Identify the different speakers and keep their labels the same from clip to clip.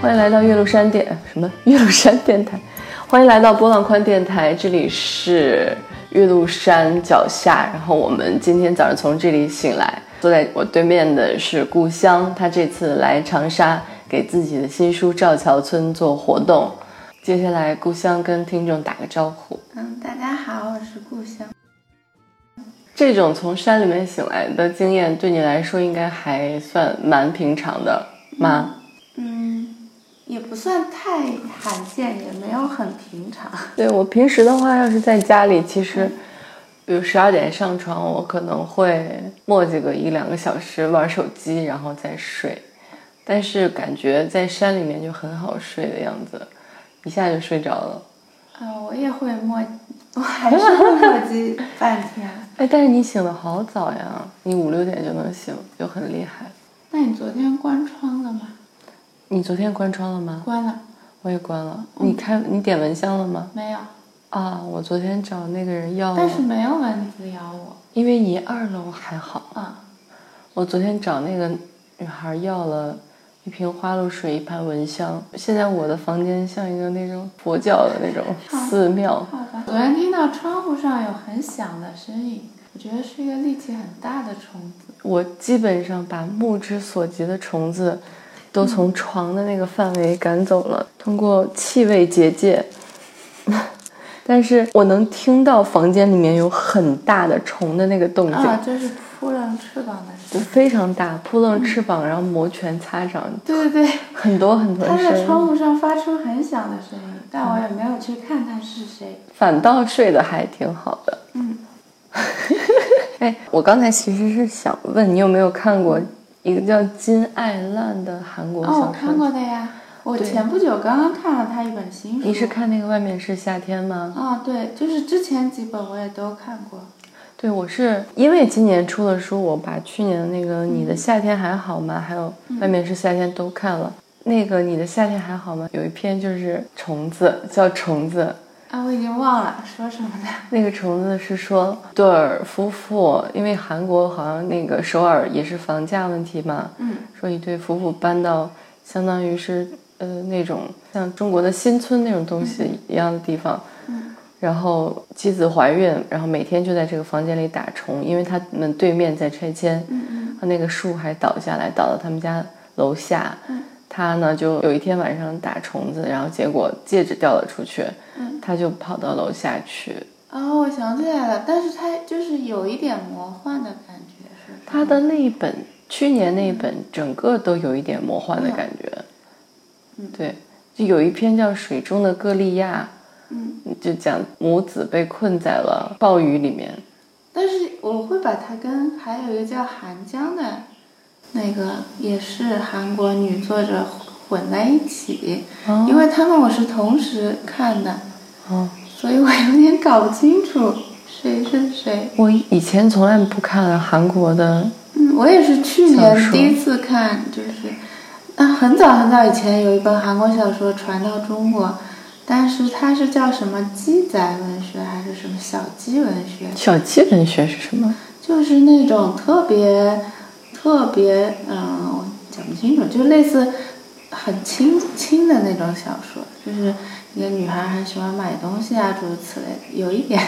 Speaker 1: 欢迎来到岳麓山电什么岳麓山电台， 欢迎来到波浪宽电台，这里是岳麓山脚下。然后我们今天早上从这里醒来，坐在我对面的是故乡，他这次来长沙给自己的新书《赵桥村》做活动。接下来，故乡跟听众打个招呼。
Speaker 2: 嗯，大家好，我是故乡。
Speaker 1: 这种从山里面醒来的经验，对你来说应该还算蛮平常的吗？
Speaker 2: 嗯，也不算太罕见，也没有很平常。
Speaker 1: 对我平时的话，要是在家里，其实，比如十二点上床，我可能会磨叽个一两个小时玩手机，然后再睡。但是感觉在山里面就很好睡的样子，一下就睡着了。
Speaker 2: 呃，我也会磨，我还是会磨 叽半天。
Speaker 1: 哎，但是你醒的好早呀，你五六点就能醒，就很厉害。
Speaker 2: 那你昨天关窗了吗？
Speaker 1: 你昨天关窗了吗？
Speaker 2: 关了，嗯
Speaker 1: 我也关了。你开你点蚊香了吗？
Speaker 2: 没有，
Speaker 1: 啊，我昨天找那个人要
Speaker 2: 但
Speaker 1: 了，
Speaker 2: 是没有蚊子咬我。
Speaker 1: 因为你二楼还好。
Speaker 2: 啊、
Speaker 1: 我昨天找那个女孩要了一瓶花露水，一盘蚊香。现在我的房间像一个那种佛教的那种寺庙。
Speaker 2: 好吧。啊昨天听到窗户上有很响的声音，我觉得是一个力气很大的虫子。
Speaker 1: 我基本上把目之所及的虫子，都从
Speaker 2: 嗯
Speaker 1: 床的那个范围赶走了，通过气味结界。 但是我能听到房间里面有很大的虫的那个动静，
Speaker 2: 啊，就是扑棱翅膀的声
Speaker 1: 就
Speaker 2: 音。
Speaker 1: 非常大，扑棱
Speaker 2: 嗯
Speaker 1: 翅膀，然后摩拳擦掌，
Speaker 2: 对对对。
Speaker 1: 很多很多
Speaker 2: 他
Speaker 1: 声
Speaker 2: 在
Speaker 1: 音。
Speaker 2: 窗户上发出很响的声音，但我也没有去看他是谁。
Speaker 1: 反倒睡得还挺好的。
Speaker 2: 嗯，
Speaker 1: 哎，我刚才其实是想问你有没有看过一个叫金爱烂的韩国
Speaker 2: 哦，我
Speaker 1: 小
Speaker 2: 看
Speaker 1: 说？
Speaker 2: 过的呀，我
Speaker 1: 对
Speaker 2: 前不久刚刚看了他一本新书。
Speaker 1: 你是看那个《外面是夏天》吗？
Speaker 2: 啊、对，就是之前几本我也都看过。
Speaker 1: 对，我是因为今年出的书，我把去年的那个《你的夏天还好吗》还有《外面是夏天》都看了。那个《你的夏天还好吗》有一篇就是虫子，叫虫子，
Speaker 2: 啊，我已经忘了说什么了。
Speaker 1: 那个虫子是说对尔夫妇，因为韩国好像那个首尔也是房价问题嘛，
Speaker 2: 嗯，
Speaker 1: 说一对夫妇搬到相当于是呃那种像中国的新村那种东西一样的地方，
Speaker 2: 嗯，
Speaker 1: 然后妻子怀孕，然后每天就在这个房间里打虫，因为他们对面在拆迁，
Speaker 2: 嗯嗯
Speaker 1: 那个树还倒下来，倒到他们家楼下。
Speaker 2: 嗯
Speaker 1: 他呢就有一天晚上打虫子，然后结果戒指掉了出去，
Speaker 2: 嗯。
Speaker 1: 他就跑到楼下去
Speaker 2: 哦，我想起来了，但是他就是有一点魔幻的感觉，是吧
Speaker 1: 他的那一本去年那一本，整个都有一点魔幻的感觉。
Speaker 2: 嗯
Speaker 1: 对，就有一篇叫《水中的歌利亚
Speaker 2: 嗯，》，
Speaker 1: 就讲母子被困在了暴雨里面。
Speaker 2: 但是我会把它跟还有一个叫韩江的，那个也是韩国女作者混在一起，因为他们我是同时看的，
Speaker 1: 哦，
Speaker 2: 所以我有点搞不清楚谁是谁。
Speaker 1: 我以前从来不看韩国的，
Speaker 2: 嗯，我也是去
Speaker 1: 小说
Speaker 2: 年第一次看，就是，那很早很早以前有一本韩国小说传到中国，但是它是叫什么鸡仔文学还是什么小鸡文学？
Speaker 1: 小鸡文学是什么？
Speaker 2: 就是那种特别特别，嗯、我讲不清楚，就类似很轻轻的那种小说，就是一个女孩很喜欢买东西啊，诸如此类的，有一点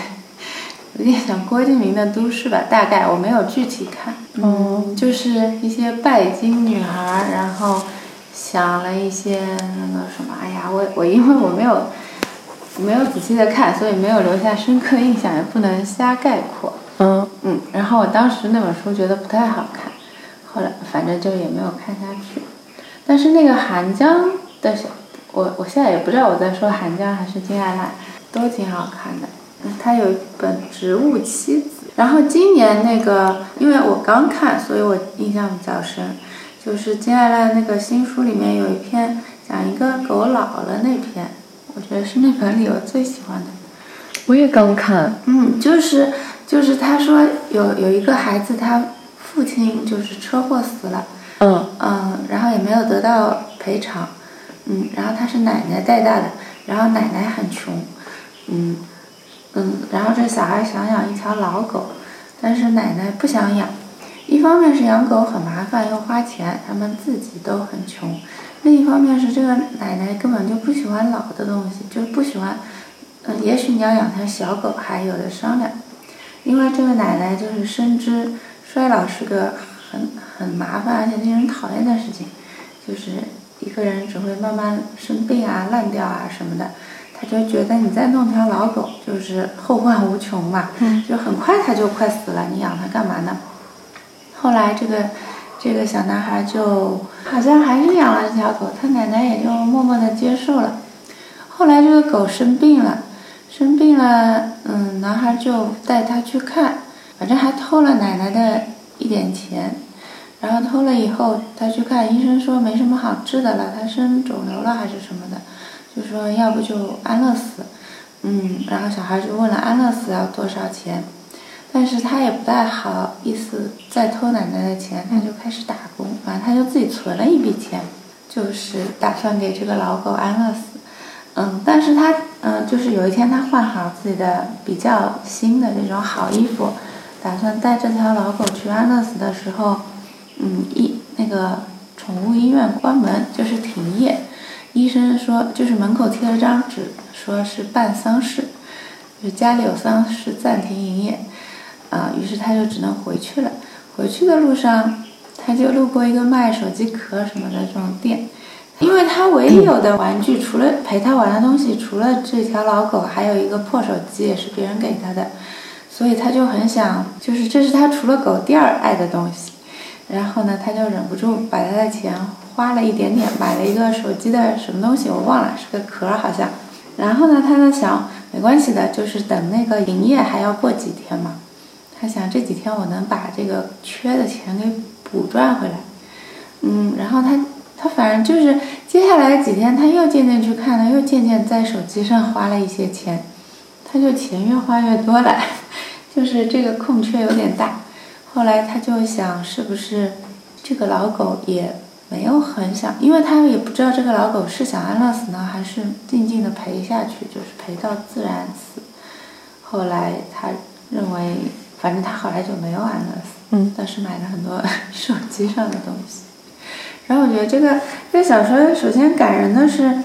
Speaker 2: 有一点像郭敬明的《都市》吧，大概我没有具体看，嗯，就是一些拜金女孩，然后想了一些那个什么，哎呀，我我因为我没有。没有仔细的看，所以没有留下深刻印象，也不能瞎概括。
Speaker 1: 嗯，
Speaker 2: 嗯，然后我当时那本书觉得不太好看，后来反正就也没有看下去。但是那个韩江的小，我我现在也不知道我在说韩江还是金爱烂，都挺好看的。嗯它有一本《植物妻子》，然后今年那个，因为我刚看，所以我印象比较深，就是金爱烂那个新书里面有一篇讲一个狗老了那篇，我觉得是那本里我最喜欢的。
Speaker 1: 我也刚看。
Speaker 2: 嗯，就是就是他说有有一个孩子，他父亲就是车祸死了，
Speaker 1: 嗯，
Speaker 2: 嗯，然后也没有得到赔偿，嗯，然后他是奶奶带大的，然后奶奶很穷，嗯嗯，然后这小孩想养一条老狗，但是奶奶不想养，一方面是养狗很麻烦又花钱，他们自己都很穷，另一方面是这个奶奶根本就不喜欢老的东西，就是不喜欢。嗯，也许你要养条小狗还有的商量，因为这个奶奶就是深知衰老是个很很麻烦而且令人讨厌的事情，就是一个人只会慢慢生病啊、烂掉啊什么的。她就觉得你再弄条老狗就是后患无穷嘛，就很快它就快死了，你养它干嘛呢？后来这个这个小男孩就好像还是养了一条狗，他奶奶也就默默的接受了。后来这个狗生病了，生病了，嗯，男孩就带他去看，反正还偷了奶奶的一点钱，然后偷了以后，他去看医生说没什么好治的了，他生肿瘤了还是什么的，就说要不就安乐死，嗯，然后小孩就问了安乐死要多少钱，但是他也不太好意思再偷奶奶的钱，他就开始打工，反正他就自己存了一笔钱，就是打算给这个老狗安乐死。嗯，但是他嗯，就是有一天他换好自己的比较新的这种好衣服，打算带这条老狗去安乐死的时候，嗯，医那个宠物医院关门，就是停业。医生说，就是门口贴了张纸，说是办丧事，就是家里有丧事暂停营业，啊、于是他就只能回去了。回去的路上，他就路过一个卖手机壳什么的这种店，因为他唯一有的玩具，除了陪他玩的东西，除了这条老狗，还有一个破手机，也是别人给他的，所以他就很想，就是这是他除了狗第二爱的东西。然后呢，他就忍不住把他的钱花了一点点，买了一个手机的什么东西，我忘了，是个壳儿好像。然后呢，他在想，没关系的，就是等那个营业还要过几天嘛。他想这几天我能把这个缺的钱给补赚回来。嗯，然后他他反正就是接下来几天，他又渐渐去看了，又渐渐在手机上花了一些钱，他就钱越花越多了，就是这个空缺有点大。后来他就想，是不是这个老狗也没有很想，因为他也不知道这个老狗是想安乐死呢，还是静静的陪下去，就是陪到自然死。后来他认为，反正他后来就没有安乐死，
Speaker 1: 嗯，
Speaker 2: 但是买了很多 手机上的东西。然后我觉得这个这个小说首先感人的是，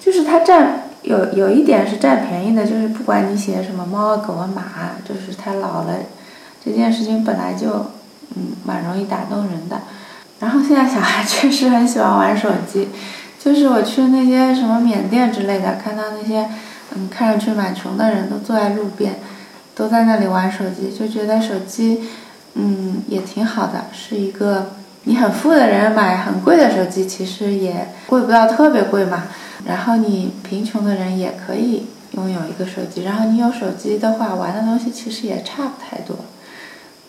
Speaker 2: 就是它占有有一点是占便宜的，就是不管你写什么猫啊狗啊马啊，就是它老了这件事情本来就嗯蛮容易打动人的。然后现在小孩确实很喜欢玩手机，就是我去那些什么缅甸之类的，看到那些嗯看上去蛮穷的人都坐在路边，都在那里玩手机，就觉得手机嗯也挺好的，是一个你很富的人买很贵的手机，其实也贵不到特别贵嘛。然后你贫穷的人也可以拥有一个手机，然后你有手机的话，玩的东西其实也差不太多。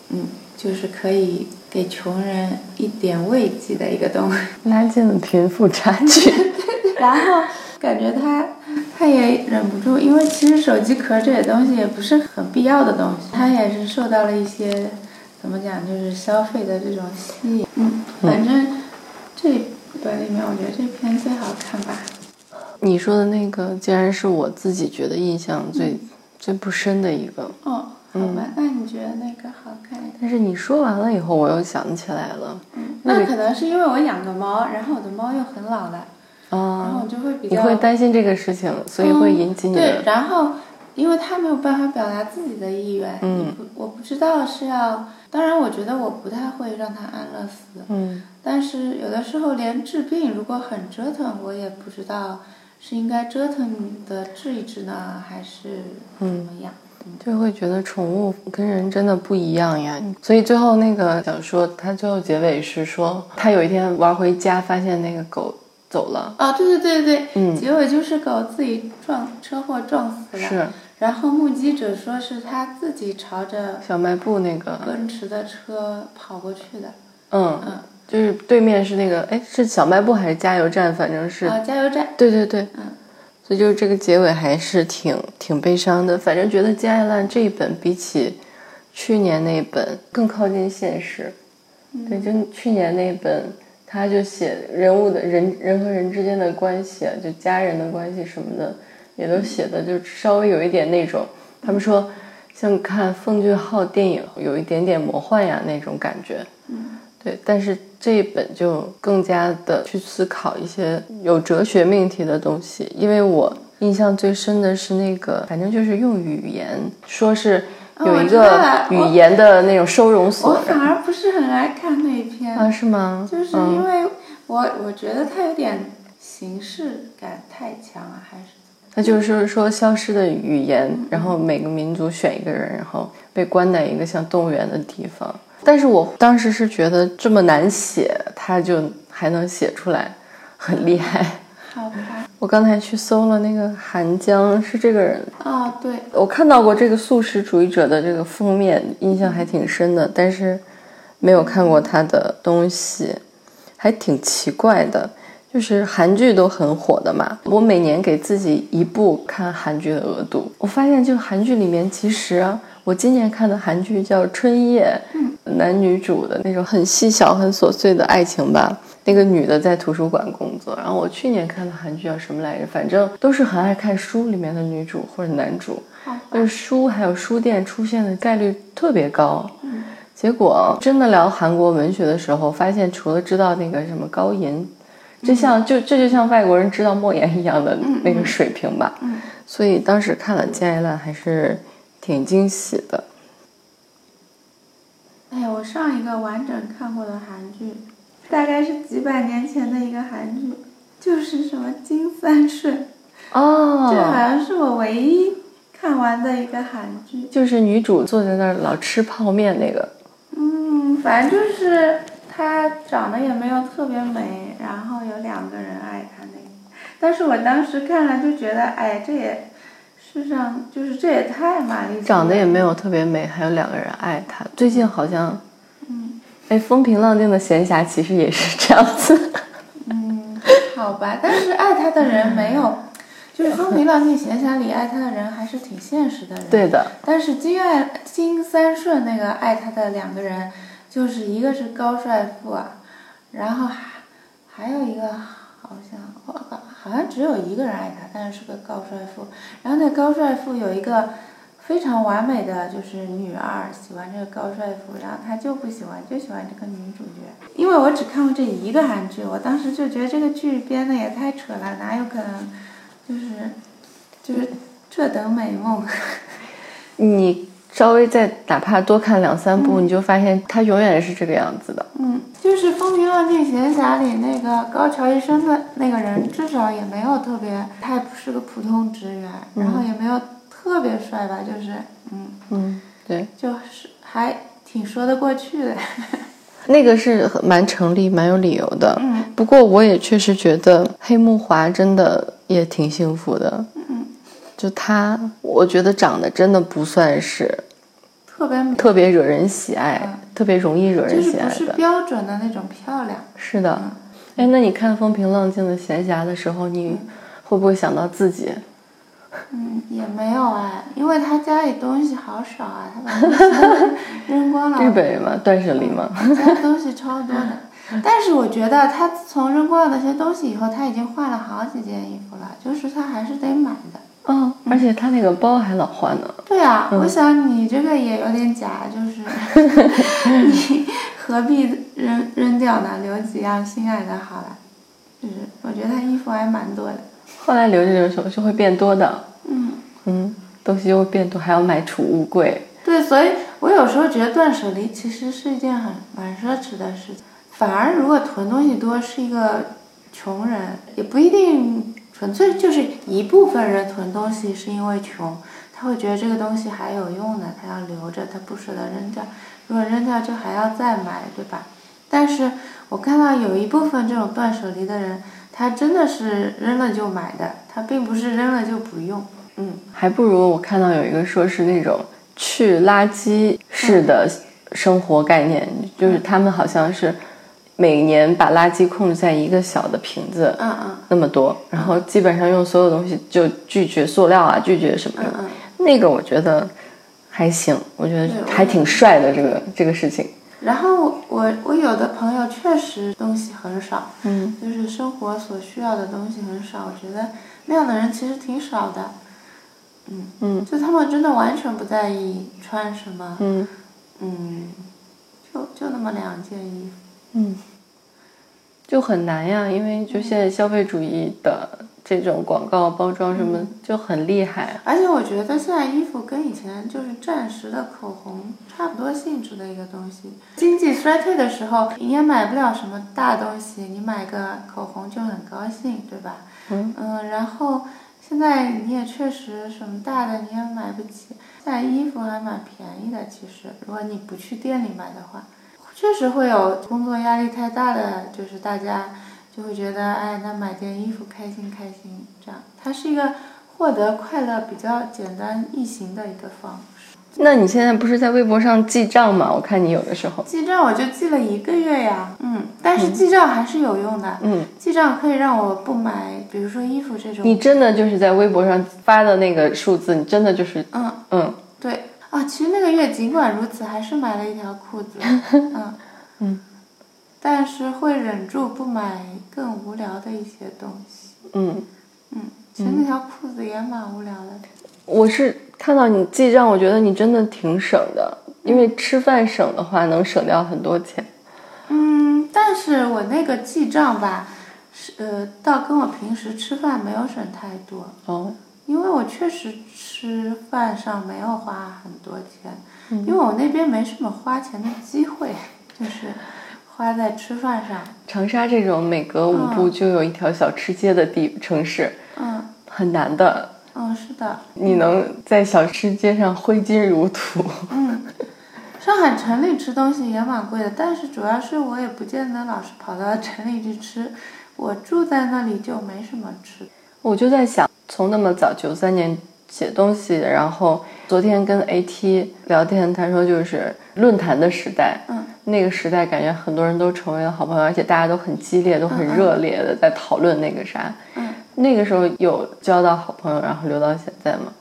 Speaker 2: 嗯，就是可以给穷人一点慰藉的一个东西。
Speaker 1: 拉近了贫富差距。
Speaker 2: 然后感觉他他也忍不住，因为其实手机壳这些东西也不是很必要的东西，他也是受到了一些怎么讲，就是消费的这种吸引。嗯，反正这本里面我觉得这篇最好看吧。
Speaker 1: 你说的那个，竟然是我自己觉得印象最、
Speaker 2: 嗯
Speaker 1: 最不深的一个。
Speaker 2: 哦，好吧，那你觉得那个好看一点？
Speaker 1: 但是你说完了以后，我又想起来了。
Speaker 2: 嗯，那可能是因为我养个猫，然后我的猫又很老了，然
Speaker 1: 啊，
Speaker 2: 后我就会比
Speaker 1: 你
Speaker 2: 较
Speaker 1: 会担心这个事情，所以会引起你
Speaker 2: 嗯对
Speaker 1: 的，
Speaker 2: 然后因为他没有办法表达自己的意愿，
Speaker 1: 嗯
Speaker 2: 你不，我不知道是要，当然我觉得我不太会让他安乐死，
Speaker 1: 嗯
Speaker 2: 但是有的时候连治病如果很折腾，我也不知道是应该折腾的治一治呢，还是怎么样。嗯
Speaker 1: 就会觉得宠物跟人真的不一样呀。所以最后那个小说，它最后结尾是说，他有一天玩回家，发现那个狗走了，
Speaker 2: 哦，对对对对，
Speaker 1: 嗯
Speaker 2: 结尾就是狗自己撞车祸撞死了，
Speaker 1: 是
Speaker 2: 然后目击者说是他自己朝着
Speaker 1: 小卖部那个，
Speaker 2: 奔驰的车跑过去的，
Speaker 1: 嗯，
Speaker 2: 嗯，
Speaker 1: 就是对面是那个，哎，是小卖部还是加油站？反正是，
Speaker 2: 啊，加油站，
Speaker 1: 对对对，
Speaker 2: 嗯。
Speaker 1: 所以就是这个结尾还是挺挺悲伤的。反正觉得《金爱烂》这一本比起去年那本更靠近现实。
Speaker 2: 嗯
Speaker 1: 对，就去年那本，他就写人物的人人和人之间的关系，啊就家人的关系什么的，也
Speaker 2: 嗯
Speaker 1: 都写的就稍微有一点那种，他们说像看奉俊昊电影有一点点魔幻呀那种感觉。
Speaker 2: 嗯
Speaker 1: 对，但是这一本就更加的去思考一些有哲学命题的东西，因为我印象最深的是那个，反正就是用语言，说是
Speaker 2: 哦
Speaker 1: 有
Speaker 2: 我
Speaker 1: 一
Speaker 2: 知道
Speaker 1: 个
Speaker 2: 了
Speaker 1: 语
Speaker 2: 我
Speaker 1: 言的那种收容
Speaker 2: 我
Speaker 1: 所
Speaker 2: 反而不是很爱看那一篇，
Speaker 1: 啊，是吗？
Speaker 2: 就是
Speaker 1: 嗯
Speaker 2: 因为我我觉得它有点形式感太强了，还是
Speaker 1: 它就是说消失的语言，然后每个民族选一个人，然后被关在一个像动物园的地方。但是我当时是觉得这么难写，它就还能写出来，很厉害。
Speaker 2: 好吧？
Speaker 1: 我刚才去搜了那个韩江是这个人，
Speaker 2: 哦，对，
Speaker 1: 我看到过这个素食主义者的这个封面，印象还挺深的，但是没有看过他的东西，还挺奇怪的。就是韩剧都很火的嘛，我每年给自己一部看韩剧的额度，我发现就韩剧里面，其实啊，我今年看的韩剧叫《春夜》，男女主的那种很细小、很琐碎的爱情吧。那个女的在图书馆工作，然后我去年看的韩剧叫什么来着？反正都是很爱看书里面的女主或者男主，
Speaker 2: 好吧，
Speaker 1: 就是书还有书店出现的概率特别高。
Speaker 2: 嗯
Speaker 1: 结果真的聊韩国文学的时候，发现除了知道那个什么高银，这像就这就像外国人知道莫言一样的那个水平吧。
Speaker 2: 嗯嗯
Speaker 1: 所以当时看了《金爱烂》还是挺惊喜的。
Speaker 2: 哎，我上一个完整看过的韩剧，大概是几百年前的一个韩剧，就是什么《金三顺》，这好
Speaker 1: 哦，
Speaker 2: 像是我唯一看完的一个韩剧。
Speaker 1: 就是女主坐在那儿老吃泡面那个。
Speaker 2: 嗯，反正就是她长得也没有特别美，然后有两个人爱她那个，但是我当时看了就觉得，哎，这也世上就是这也太玛丽苏了
Speaker 1: 长得也没有特别美，还有两个人爱她。最近好像，
Speaker 2: 嗯
Speaker 1: 哎，风平浪静的闲暇其实也是这样子。
Speaker 2: 嗯好吧，但是爱她的人没有，就是风平浪静闲暇里爱她的人还是挺现实的人。
Speaker 1: 对的，
Speaker 2: 但是金爱金三顺那个爱他的两个人，就是一个是高帅富啊，然后还还有一个好像我好像只有一个人爱他，但是是个高帅富。然后那高帅富有一个非常完美的就是女二，喜欢这个高帅富，然后他就不喜欢，就喜欢这个女主角。因为我只看过这一个韩剧，我当时就觉得这个剧编的也太扯了，哪有可能就是就是这等美梦。
Speaker 1: 你稍微再哪怕多看两三部，你就发现她永远是这个样子的。
Speaker 2: 嗯，就是《风平浪静闲暇》里那个高桥医生的那个人，至少也没有特别，他也不是个普通职员，然后也没有特别帅吧，就是嗯，
Speaker 1: 嗯，对，
Speaker 2: 就是还挺说得过去的。
Speaker 1: 那个是很蛮成立、蛮有理由的。
Speaker 2: 嗯
Speaker 1: 不过我也确实觉得黑木华真的也挺幸福的。
Speaker 2: 嗯，
Speaker 1: 就她，我觉得长得真的不算是
Speaker 2: 特别美，
Speaker 1: 特别惹人喜爱，特别容易惹
Speaker 2: 嗯就
Speaker 1: 人
Speaker 2: 是
Speaker 1: 喜爱
Speaker 2: 不
Speaker 1: 的。
Speaker 2: 是嗯标准的那种漂亮。
Speaker 1: 是的，哎，那你看《风平浪静的闲暇》的时候，你会不会想到自己？
Speaker 2: 嗯，也没有哎，因为他家里东西好少啊，他把东西扔 光了。
Speaker 1: 日本人嘛，断舍离嘛，
Speaker 2: 他东西超多的。但是我觉得他自从扔光了那些东西以后，他已经换了好几件衣服了，就是他还是得买的。
Speaker 1: 嗯、而且他那个包还老换呢。
Speaker 2: 对啊，我想你这个也有点假，就是 你何必扔扔掉呢？留几样心爱的好了。就是我觉得他衣服还蛮多的。
Speaker 1: 后来留着留着就会变多的，
Speaker 2: 嗯，
Speaker 1: 嗯，东西就会变多，还要买储物柜。
Speaker 2: 对，所以我有时候觉得断舍离其实是一件很蛮奢侈的事情，反而如果囤东西多是一个穷人，也不一定纯粹就是一部分人囤东西是因为穷，他会觉得这个东西还有用呢，他要留着，他不舍得扔掉，如果扔掉就还要再买，对吧？但是我看到有一部分这种断舍离的人，他真的是扔了就买的，他并不是扔了就不用，嗯。
Speaker 1: 还不如我看到有一个说是那种去垃圾式的
Speaker 2: 嗯
Speaker 1: 生活概念，就是他们好像是每年把垃圾控制在一个小的瓶子
Speaker 2: 嗯嗯
Speaker 1: 那么多，然后基本上用所有东西就拒绝塑料啊，拒绝什么的。
Speaker 2: 嗯嗯
Speaker 1: 那个我觉得还行，我觉得
Speaker 2: 对我
Speaker 1: 还挺帅的这个这个事情。
Speaker 2: 然后我我有的朋友确实东西很少，
Speaker 1: 嗯，
Speaker 2: 就是生活所需要的东西很少，我觉得那样的人其实挺少的，嗯
Speaker 1: 嗯，
Speaker 2: 就他们真的完全不在意穿什么，
Speaker 1: 嗯，
Speaker 2: 嗯，就就那么两件衣服，
Speaker 1: 就很难呀，因为就
Speaker 2: 嗯
Speaker 1: 现在消费主义的这种广告包装什
Speaker 2: 嗯
Speaker 1: 么就很厉害。
Speaker 2: 而且我觉得现在衣服跟以前就是暂时的口红差不多性质的一个东西。经济衰退的时候，你也买不了什么大东西，你买个口红就很高兴，对吧？嗯。然后现在你也确实什么大的你也买不起，现在衣服还蛮便宜的。其实，如果你不去店里买的话，确实会有工作压力太大的，就是大家就会觉得，哎，那买件衣服开心开心，这样，它是一个获得快乐比较简单易行的一个方式。
Speaker 1: 那你现在不是在微博上记账吗？我看你有的时候，
Speaker 2: 记账我就记了一个月呀，嗯，但是记账还是有用的，
Speaker 1: 嗯，
Speaker 2: 记账可以让我不买，比如说衣服这种，
Speaker 1: 你真的就是在微博上发的那个数字，你真的就是
Speaker 2: 嗯，
Speaker 1: 嗯，
Speaker 2: 对啊，其实那个月尽管如此，还是买了一条 裤子，嗯嗯，但是会忍住不买更无聊的一些东西。
Speaker 1: 嗯，
Speaker 2: 嗯，其实那条裤子也蛮无聊的。
Speaker 1: 我是看到你记账，我觉得你真的挺省的，因为吃饭省的话能省掉很多钱。
Speaker 2: 嗯，但是我那个记账吧，是呃，倒跟我平时吃饭没有省太多，
Speaker 1: 哦，
Speaker 2: 因为我确实吃饭上没有花很多钱，因为我那边没什么花钱的机会，就是花在吃饭上。
Speaker 1: 长沙这种每隔五步就有一条小吃街的地城市，
Speaker 2: 嗯
Speaker 1: 很难的。
Speaker 2: 嗯，是的，
Speaker 1: 你能在小吃街上挥金如土，
Speaker 2: 嗯。上海城里吃东西也蛮贵的，但是主要是我也不见得老是跑到城里去吃，我住在那里就没什么吃的
Speaker 1: 我就在想，从那么早九三年写东西，然后昨天跟 AT 聊天，他说就是论坛的时代，
Speaker 2: 嗯，
Speaker 1: 那个时代感觉很多人都成为了好朋友，而且大家都很激烈，都很热烈的在讨论那个啥，
Speaker 2: 嗯，
Speaker 1: 那个时候有交到好朋友，然后留到现在吗？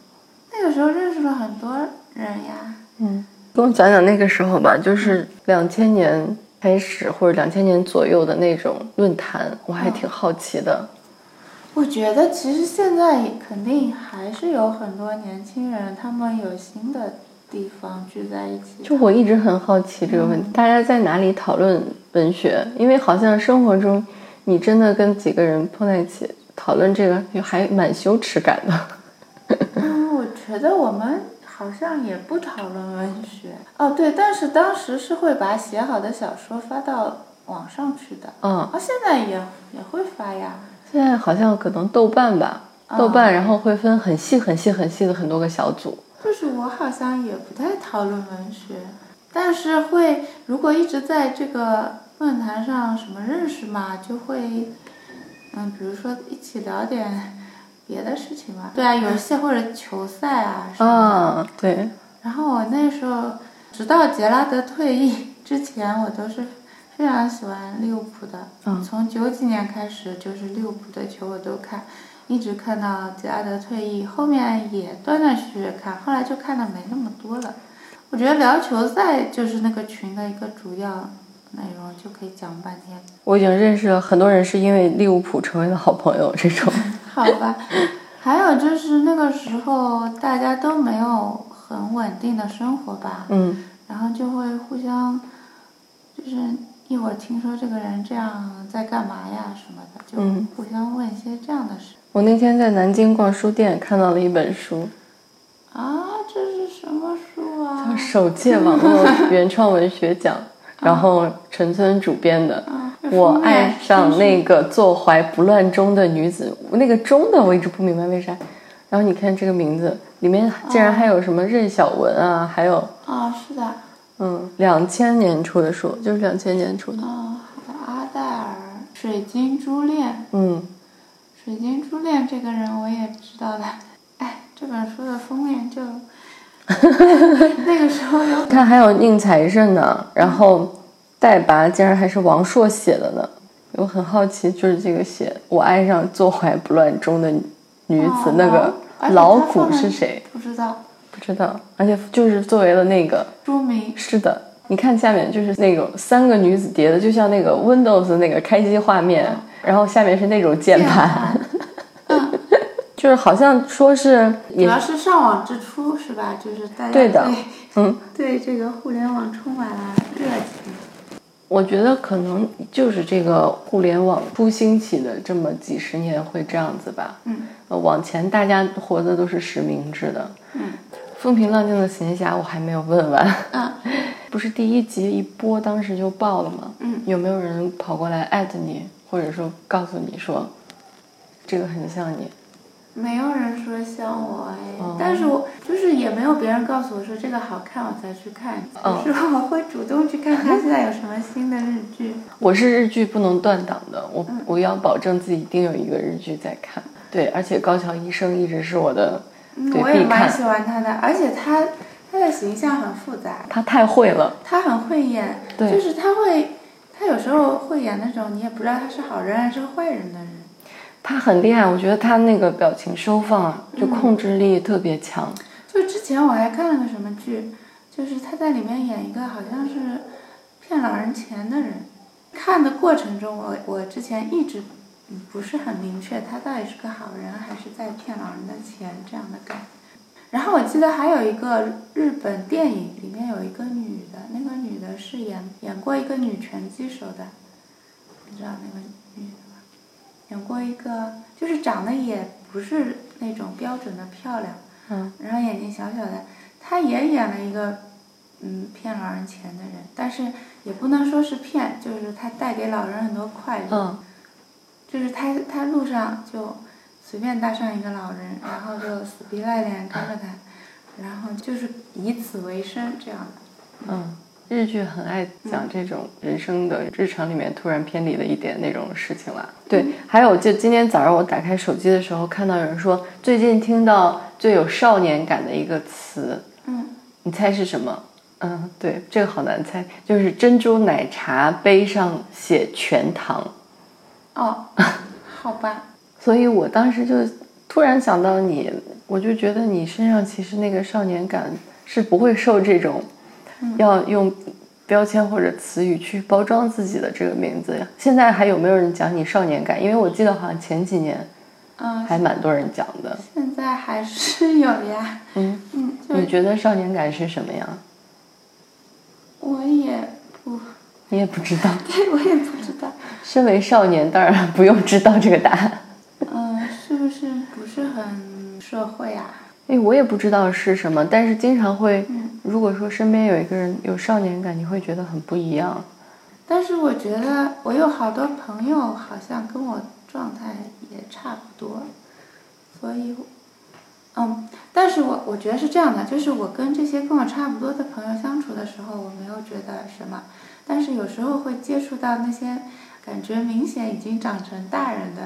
Speaker 2: 那个时候认识了很多人呀，
Speaker 1: 嗯，跟我讲讲那个时候吧，就是两千年开始或者两千年左右的那种论坛，我还挺好奇的。
Speaker 2: 我觉得其实现在肯定还是有很多年轻人，他们有新的地方聚在一起。
Speaker 1: 就我一直很好奇这个问题，大家在哪里讨论文学？因为好像生活中，你真的跟几个人碰在一起讨论这个，就还蛮羞耻感的。
Speaker 2: 嗯，我觉得我们好像也不讨论文学。哦，对，但是当时是会把写好的小说发到网上去的。
Speaker 1: 嗯，
Speaker 2: 啊，现在也也会发呀。
Speaker 1: 现在好像可能豆瓣吧，
Speaker 2: 啊
Speaker 1: 豆瓣然后会分很细、很细、很细的很多个小组。
Speaker 2: 就是我好像也不太讨论文学，但是会如果一直在这个论坛上什么认识嘛，就会，嗯，比如说一起聊点别的事情嘛。对啊，游戏或者球赛啊什么的。
Speaker 1: 啊，对，
Speaker 2: 然后我那时候，直到杰拉德退役之前，我都是非常喜欢利物浦的。
Speaker 1: 嗯
Speaker 2: 从九几年开始，就是利物浦的球我都看，一直看到杰拉德退役，后面也断断续续看，后来就看的没那么多了。我觉得聊球赛就是那个群的一个主要内容，就可以讲半天。
Speaker 1: 我已经认识了很多人，是因为利物浦成为了好朋友这种。
Speaker 2: 好吧，还有就是那个时候大家都没有很稳定的生活吧，
Speaker 1: 嗯，
Speaker 2: 然后就会互相，就是一会儿听说这个人这样在干嘛呀什么的，
Speaker 1: 嗯
Speaker 2: 就互相问一些这样的事。
Speaker 1: 我那天在南京逛书店看到了一本书，
Speaker 2: 啊，这是什么书
Speaker 1: 叫
Speaker 2: 啊
Speaker 1: 《？首届网络原创文学奖》，然后陈村主编的。
Speaker 2: 啊，这
Speaker 1: 我
Speaker 2: 封面
Speaker 1: 爱上
Speaker 2: 真是
Speaker 1: 那个坐怀不乱中的女子，那个中的我一直不明白为啥。然后你看这个名字里面竟然还有什么任晓雯啊，还有
Speaker 2: 啊，是的，啊，
Speaker 1: 嗯，两千年出的书，就是两千年出的。
Speaker 2: 啊好的，阿黛尔《水晶珠恋》。
Speaker 1: 嗯，
Speaker 2: 《水晶珠恋》这个人我也知道的， 哎，这本书的封 面就那个时候有
Speaker 1: 你看还有宁财神呢，然后代拔竟然还是王朔写的呢。我很好奇，就是这个写“我爱上坐怀不乱中的女子”
Speaker 2: 哦
Speaker 1: 那个
Speaker 2: 而且
Speaker 1: 老
Speaker 2: 他放
Speaker 1: 谷
Speaker 2: 了
Speaker 1: 是谁？
Speaker 2: 不知道，
Speaker 1: 不知道，而且就是作为了那个
Speaker 2: 书名
Speaker 1: 是的，你看下面就是那种三个女子叠的，就像那个 Windows 的那个开机画面，
Speaker 2: 嗯
Speaker 1: 然后下面是那种键盘，就是好像说是
Speaker 2: 主
Speaker 1: 也
Speaker 2: 要是上网之初是吧？就是大家
Speaker 1: 对的
Speaker 2: 对
Speaker 1: 嗯，
Speaker 2: 对这个互联网充满了热情。
Speaker 1: 我觉得可能就是这个互联网初兴起的这么几十年会这样子吧。
Speaker 2: 嗯
Speaker 1: 呃，往前大家活的都是实名制的。
Speaker 2: 嗯
Speaker 1: 风平浪静的闲暇我还没有问完，
Speaker 2: 啊
Speaker 1: 不是第一集一播当时就爆了吗？
Speaker 2: 嗯
Speaker 1: 有没有人跑过来艾特你，或者说告诉你说这个很像你？
Speaker 2: 没有人说像我哎，
Speaker 1: 哦
Speaker 2: 但是我就是也没有别人告诉我说这个好看我才去看，
Speaker 1: 哦
Speaker 2: 就是我会主动去看看现在有什么新的日剧。
Speaker 1: 我是日剧不能断档的，我
Speaker 2: 嗯
Speaker 1: 我要保证自己一定有一个日剧在看。对，而且高桥医生一直是我的，
Speaker 2: 嗯，
Speaker 1: 对
Speaker 2: 我也
Speaker 1: 必
Speaker 2: 蛮
Speaker 1: 看
Speaker 2: 喜欢他的，而且他他的形象很复杂，
Speaker 1: 他太会了。
Speaker 2: 他很会演，
Speaker 1: 嗯对
Speaker 2: 就是他会，他有时候会演那种你也不知道他是好人还是坏人的人。
Speaker 1: 他很厉害，我觉得他那个表情收放啊，
Speaker 2: 嗯
Speaker 1: 就控制力特别强。
Speaker 2: 就之前我还看了个什么剧，就是他在里面演一个好像是骗老人钱的人。看的过程中我，我之前一直嗯不是很明确他到底是个好人还是在骗老人的钱这样的感觉。然后我记得还有一个日本电影里面有一个女的，那个女的是演演过一个女拳击手的，你知道那个女的吗？演过一个就是长得也不是那种标准的漂亮。
Speaker 1: 嗯，
Speaker 2: 然后眼睛小小的，他也演了一个，嗯，骗老人钱的人，但是也不能说是骗，就是他带给老人很多快乐，
Speaker 1: 嗯，
Speaker 2: 就是他他路上就随便搭上一个老人，然后就死皮赖脸跟着他，然后就是以此为生这样的，
Speaker 1: 嗯，日剧很爱讲这种人生的日常里面突然偏离的一点那种事情啦。
Speaker 2: 嗯
Speaker 1: 对，还有就今天早上我打开手机的时候，看到有人说最近听到最有少年感的一个词，
Speaker 2: 嗯，
Speaker 1: 你猜是什么？嗯，对，这个好难猜，就是珍珠奶茶杯上写全糖，
Speaker 2: 哦，好吧，
Speaker 1: 所以我当时就突然想到你，我就觉得你身上其实那个少年感是不会受这种
Speaker 2: 嗯
Speaker 1: 要用标签或者词语去包装自己的这个名字呀。现在还有没有人讲你少年感？因为我记得好像前几年
Speaker 2: 嗯，
Speaker 1: 还蛮多人讲的。
Speaker 2: 现在还是有呀，
Speaker 1: 嗯，
Speaker 2: 嗯，就
Speaker 1: 你觉得少年感是什么呀？
Speaker 2: 我也不，
Speaker 1: 你也不知道。
Speaker 2: 对我也不知道。
Speaker 1: 身为少年，当然不用知道这个答案。
Speaker 2: 嗯，是不是不是很社会啊？
Speaker 1: 哎，我也不知道是什么，但是经常会，
Speaker 2: 嗯
Speaker 1: 如果说身边有一个人有少年感，你会觉得很不一样。
Speaker 2: 但是我觉得我有好多朋友好像跟我状态也差不多，所以我，嗯，但是我我觉得是这样的，就是我跟这些跟我差不多的朋友相处的时候，我没有觉得什么，但是有时候会接触到那些感觉明显已经长成大人的，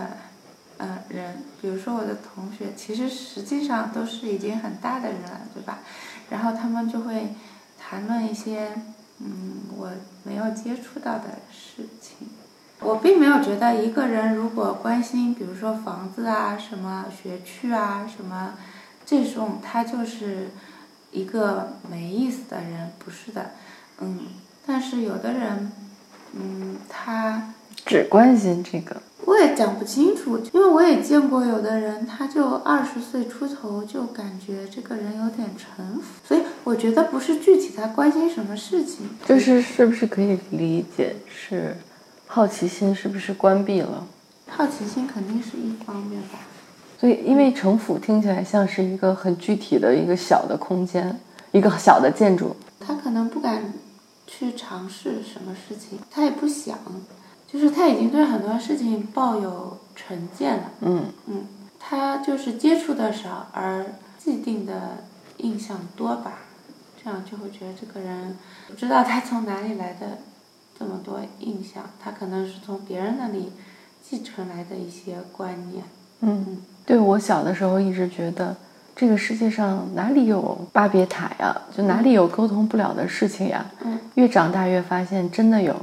Speaker 2: 呃，人，比如说我的同学，其实实际上都是已经很大的人了，对吧？然后他们就会谈论一些，嗯，我没有接触到的事情。我并没有觉得一个人如果关心，比如说房子啊、什么学区啊、什么这种，他就是一个没意思的人，不是的，嗯。但是有的人，嗯，他
Speaker 1: 只关心这个，
Speaker 2: 我也讲不清楚，因为我也见过有的人，他就二十岁出头就感觉这个人有点城府，所以我觉得不是具体他关心什么事情，
Speaker 1: 就是是不是可以理解是好奇心是不是关闭了？
Speaker 2: 好奇心肯定是一方面吧。
Speaker 1: 所以，因为城府听起来像是一个很具体的一个小的空间，一个小的建筑，
Speaker 2: 他可能不敢去尝试什么事情，他也不想，就是他已经对很多事情抱有成见了。
Speaker 1: 嗯，
Speaker 2: 嗯，他就是接触的少，而既定的印象多吧，这样就会觉得这个人不知道他从哪里来的这么多印象，他可能是从别人那里继承来的一些观念。
Speaker 1: 嗯，对我小的时候一直觉得，这个世界上哪里有巴别塔呀？就哪里有沟通不了的事情呀？
Speaker 2: 嗯
Speaker 1: 越长大越发现真的有，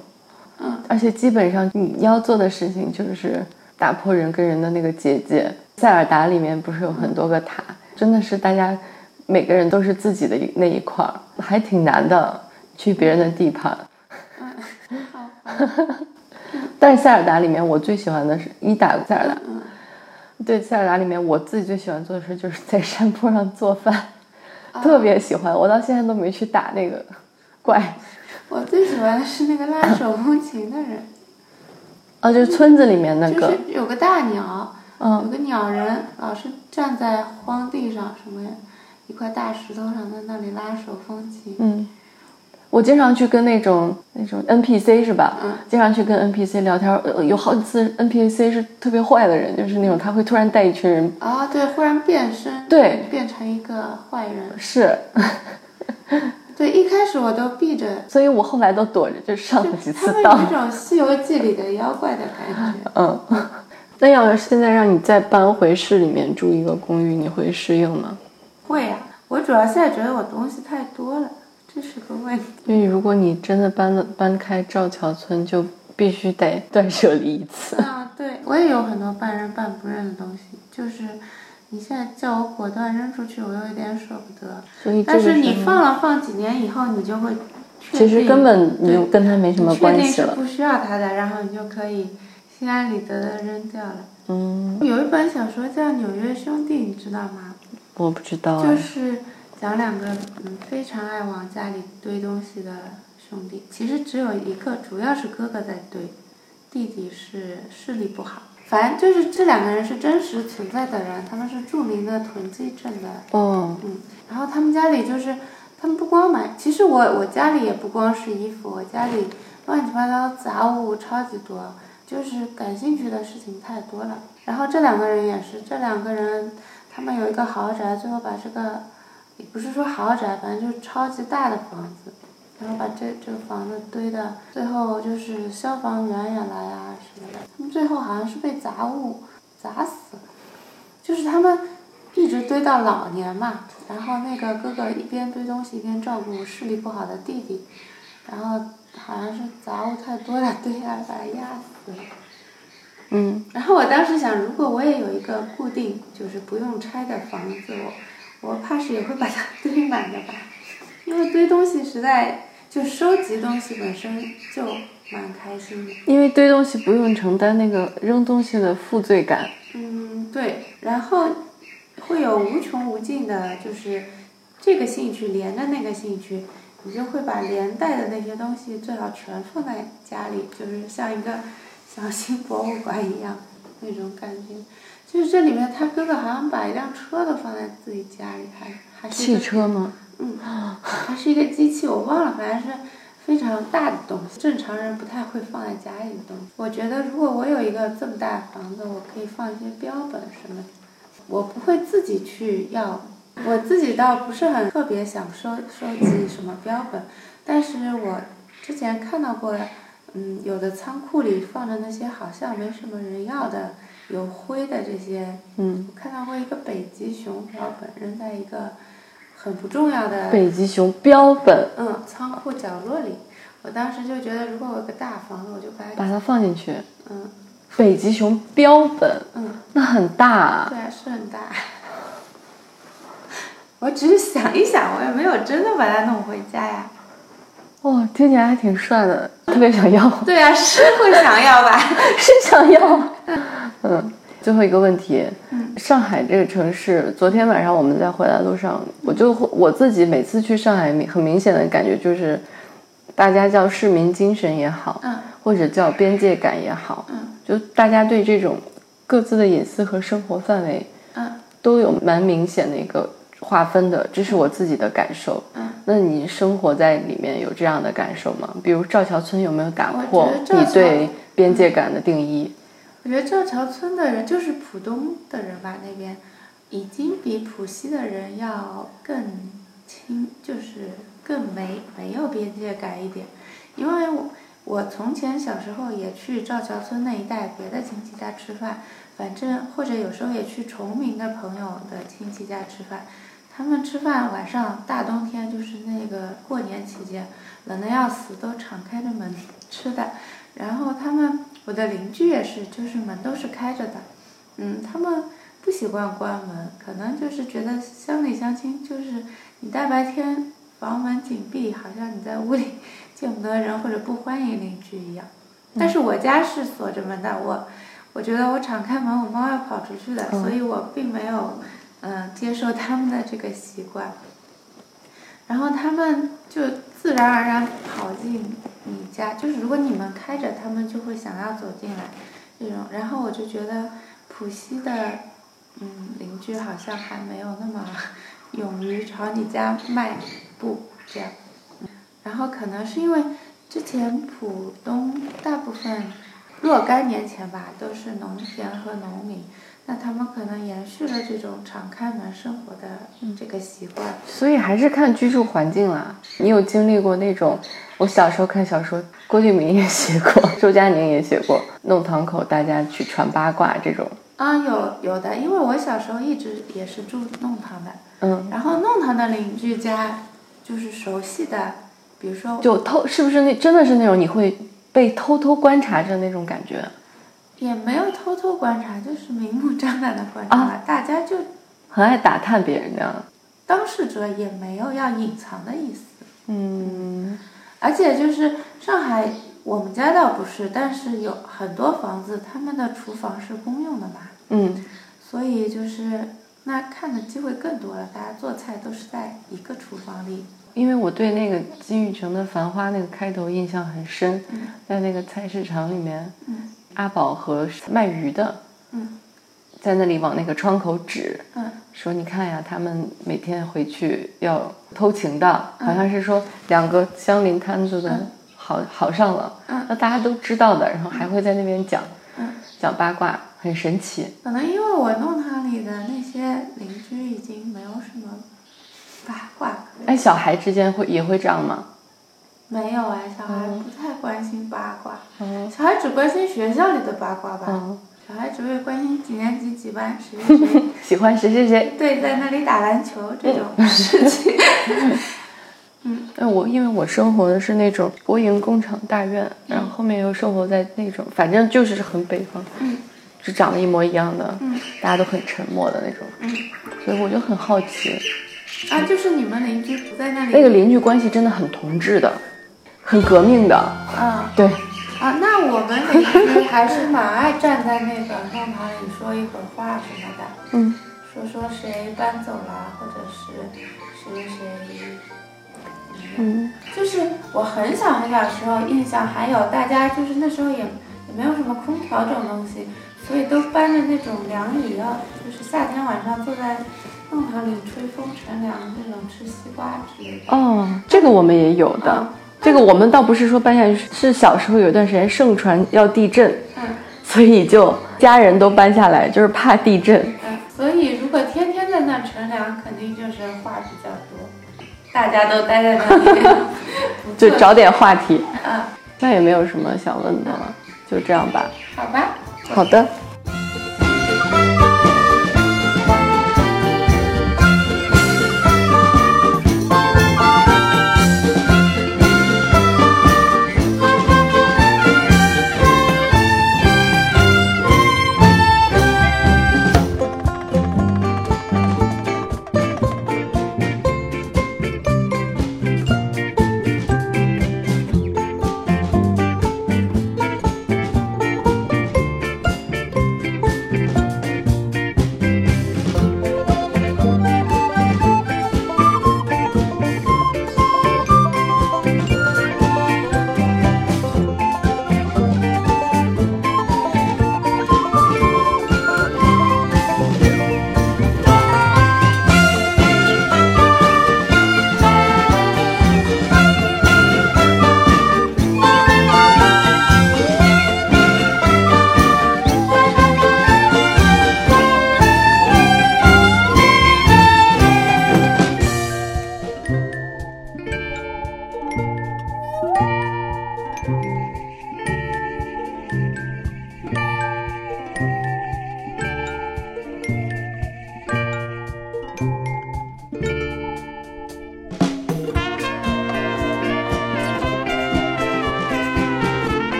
Speaker 2: 嗯
Speaker 1: 而且基本上你要做的事情就是打破人跟人的那个结界。塞尔达里面不是有很多个塔，真的是大家每个人都是自己的那一块儿，还挺难的，去别人的地盘。
Speaker 2: 嗯，好，
Speaker 1: 但是塞尔达里面我最喜欢的是一打塞尔达，
Speaker 2: 嗯
Speaker 1: 对，塞尔达里面我自己最喜欢做的事就是在山坡上做饭，特别喜欢。我到现在都没去打那个怪，
Speaker 2: 我最喜欢的是那个拉手风琴的人，
Speaker 1: 啊，就是村子里面那
Speaker 2: 就
Speaker 1: 个
Speaker 2: 是，有个大鸟，有
Speaker 1: 嗯，
Speaker 2: 个鸟人，老是站在荒地上，什么一块大石头上，在那里拉手风琴。
Speaker 1: 嗯，我经常去跟那种那种 NPC 是吧？
Speaker 2: 嗯
Speaker 1: 经常去跟 NPC 聊天，呃有好几次 NPC 是特别坏的人，就是那种他会突然带一群人，
Speaker 2: 啊，对，忽然变身，
Speaker 1: 嗯对，
Speaker 2: 变成一个坏人。
Speaker 1: 是，
Speaker 2: 对，一开始我都避着，
Speaker 1: 所以我后来都躲着，就上了几
Speaker 2: 他
Speaker 1: 次
Speaker 2: 们
Speaker 1: 当
Speaker 2: 有一。种《西游记》里的妖怪的感 觉。
Speaker 1: 嗯，那要是现在让你再搬回市里面住一个公寓，你会适应吗？
Speaker 2: 会呀、我主要现在觉得我东西太多了，这是个问题。
Speaker 1: 因为如果你真的搬了搬开赵桥村，就必须得断舍离一次。
Speaker 2: 啊，对，我也有很多半认半不认的东西，就是你现在叫我果断扔出去，我有一点舍不得。
Speaker 1: 所以这
Speaker 2: 但
Speaker 1: 个
Speaker 2: 是
Speaker 1: 时
Speaker 2: 你
Speaker 1: 候
Speaker 2: 放了放几年以后，你就会
Speaker 1: 其
Speaker 2: 确定，
Speaker 1: 实根本你就
Speaker 2: 对
Speaker 1: 跟他没什么
Speaker 2: 你确
Speaker 1: 关
Speaker 2: 定
Speaker 1: 系
Speaker 2: 是
Speaker 1: 了。
Speaker 2: 不需要它的，然后你就可以心安理得的扔掉了。
Speaker 1: 嗯，
Speaker 2: 有一本小说叫《纽约兄弟》，你知道吗？
Speaker 1: 我不知道、
Speaker 2: 就
Speaker 1: 啊。
Speaker 2: 是讲两个嗯非常爱往家里堆东西的兄弟，其实只有一个，主要是哥哥在堆，弟弟是视力不好。反正就是这两个人是真实存在的人，他们是著名的囤积症的，
Speaker 1: 哦，
Speaker 2: 嗯，然后他们家里就是，他们不光买，其实我我家里也不光是衣服，我家里乱七八糟杂物超级多，就是感兴趣的事情太多了。然后这两个人也是，这两个人他们有一个豪宅，最后把这个，也不是说豪宅，反正就是超级大的房子，然后把这这个房子堆的，最后就是消防员也来啊什么的，他们最后好像是被杂物砸死了，就是他们一直堆到老年嘛，然后那个哥哥一边堆东西一边照顾视力不好的弟弟，然后好像是杂物太多了，堆下来把他压死了。
Speaker 1: 嗯，
Speaker 2: 然后我当时想，如果我也有一个固定就是不用拆的房子，我我怕是也会把它堆满的吧， 因为堆东西实在就收集东西本身就蛮开心的。
Speaker 1: 因为堆东西不用承担那个扔东西的负罪感。
Speaker 2: 嗯，对，然后会有无穷无尽的，就是这个兴趣连着那个兴趣，你就会把连带的那些东西最好全放在家里，就是像一个小型博物馆一样那种感觉。就是这里面，他哥哥好像把一辆车都放在自己家里，还还是一
Speaker 1: 汽
Speaker 2: 个
Speaker 1: 车吗？
Speaker 2: 嗯，还是一个机器，我忘了，反正是非常大的东西，正常人不太会放在家里的东西。我觉得如果我有一个这么大的房子，我可以放一些标本什么的，我不会自己去要。我自己倒不是很特别想收收集什么标本，但是我之前看到过，嗯，有的仓库里放着那些好像没什么人要的有灰的这些
Speaker 1: 嗯，
Speaker 2: 我看到过一个北极熊标本扔在一个很不重要的
Speaker 1: 北极熊标本，
Speaker 2: 嗯仓库角落里，我当时就觉得如果我有个大房子，我就把它
Speaker 1: 把它放进去。
Speaker 2: 嗯
Speaker 1: 北极熊标本，
Speaker 2: 嗯，
Speaker 1: 那很大、啊。
Speaker 2: 对啊，是很大。我只是想一想，我也没有真的把它弄回家呀。
Speaker 1: 哇、听起来还挺帅的，特别想要。
Speaker 2: 对啊，是会想要吧？
Speaker 1: 是想要。嗯，最后一个问题，上海这个城市，昨天晚上我们在回来路上，我就会我自己每次去上海，明很明显的感觉就是，大家叫市民精神也好，
Speaker 2: 嗯
Speaker 1: 或者叫边界感也好，
Speaker 2: 嗯
Speaker 1: 就大家对这种各自的隐私和生活范围
Speaker 2: 嗯
Speaker 1: 都有蛮明显的一个划分的，这是我自己的感受。
Speaker 2: 嗯，
Speaker 1: 那你生活在里面有这样的感受吗？比如赵桥村有没有打破
Speaker 2: 我觉得赵嗯
Speaker 1: 你
Speaker 2: 桥
Speaker 1: 对边界感的定义？
Speaker 2: 我觉得赵桥村的人，就是浦东的人吧，那边已经比浦西的人要更清，就是更没没有边界感一点。因为我我从前小时候也去赵桥村那一带别的亲戚家吃饭，反正或者有时候也去崇明的朋友的亲戚家吃饭，他们吃饭晚上大冬天就是那个过年期间，冷的要死，都敞开着门吃的。然后他们，我的邻居也是，就是门都是开着的，嗯，他们不习惯关门，可能就是觉得乡里乡亲就是你大白天房门紧闭，好像你在屋里见不得人或者不欢迎邻居一样。但是我家是锁着门的，我我觉得我敞开门，我猫要跑出去的，
Speaker 1: 嗯
Speaker 2: 所以我并没有嗯、呃接受他们的这个习惯。然后他们就自然而然跑进你家，就是如果你们开着，他们就会想要走进来这种。然后我就觉得浦西的嗯邻居好像还没有那么 勇于朝你家迈步这样。然后可能是因为之前浦东大部分若干年前吧，都是农田和农民，那他们可能延续了这种敞开门生活的这个习惯。
Speaker 1: 所以还是看居住环境啦。你有经历过那种？我小时候看小说，郭敬明也写过， 周佳宁也写过，弄堂口大家去传八卦这种。
Speaker 2: 啊，有有的，因为我小时候一直也是住弄堂的，
Speaker 1: 嗯，
Speaker 2: 然后弄堂的邻居家就是熟悉的，比如说
Speaker 1: 就偷是不是那真的是那种你会被偷偷观察着那种感觉，
Speaker 2: 也没有偷偷观察，就是明目张胆的观察，
Speaker 1: 啊
Speaker 2: 大家就
Speaker 1: 很爱打探别人那样。
Speaker 2: 当事者也没有要隐藏的意思。
Speaker 1: 嗯，
Speaker 2: 而且就是上海，我们家倒不是，但是有很多房子，他们的厨房是公用的嘛，
Speaker 1: 嗯，
Speaker 2: 所以就是那看的机会更多了，大家做菜都是在一个厨房里。
Speaker 1: 因为我对那个金宇澄的《繁花》那个开头印象很深，在那个菜市场里面，
Speaker 2: 嗯
Speaker 1: 阿宝和卖鱼的
Speaker 2: 嗯
Speaker 1: 在那里往那个窗口指，
Speaker 2: 嗯
Speaker 1: 说你看呀，他们每天回去要偷情的，
Speaker 2: 嗯
Speaker 1: 好像是说两个相邻摊子的好好上了，
Speaker 2: 嗯
Speaker 1: 那大家都知道的，然后还会在那边讲
Speaker 2: 嗯，
Speaker 1: 讲八卦，很神奇。
Speaker 2: 可能因为我弄堂里的那些邻居已经没有什么八卦，
Speaker 1: 哎，小孩之间会也会这样吗？
Speaker 2: 没有哎，小孩不太关心八卦，
Speaker 1: 嗯
Speaker 2: 小孩只关心学校里的八卦吧，
Speaker 1: 嗯，
Speaker 2: 小孩只会关心几年级几班谁谁谁。
Speaker 1: 喜欢谁谁谁？
Speaker 2: 对，在那里打篮球这
Speaker 1: 嗯
Speaker 2: 种事情。
Speaker 1: 哎，我因为我生活的是那种国营工厂大院，然后后面又生活在那种，反正就是很北方，
Speaker 2: 嗯
Speaker 1: 就长得一模一样的，
Speaker 2: 嗯
Speaker 1: 大家都很沉默的那种，
Speaker 2: 嗯，
Speaker 1: 所以我就很好奇，
Speaker 2: 啊，就是你们邻居不在那里。
Speaker 1: 那个邻居关系真的很同志的，很革命的，
Speaker 2: 啊
Speaker 1: 对，
Speaker 2: 啊，那我们邻居还是蛮爱站在那个弄堂里说一会儿话什么的，
Speaker 1: 嗯，
Speaker 2: 说说谁搬走了，或者是谁谁。
Speaker 1: 嗯，
Speaker 2: 就是我很小很小时候印象，还有大家就是那时候也也没有什么空调这种东西，所以都搬着那种凉椅要，就是夏天晚上坐在弄堂里吹风乘凉这种吃西瓜之类的。
Speaker 1: 哦，这个我们也有的
Speaker 2: 嗯，
Speaker 1: 这个我们倒不是说搬下去，是小时候有一段时间盛传要地震，
Speaker 2: 嗯
Speaker 1: 所以就家人都搬下来，就是怕地震。
Speaker 2: 嗯，所以如果天天在那乘凉，肯定就是话比较多，大家都待在那里，不
Speaker 1: 就
Speaker 2: 做
Speaker 1: 找点话题，
Speaker 2: 嗯，
Speaker 1: 那也没有什么想问的了，就这样吧。
Speaker 2: 好吧。
Speaker 1: 好的。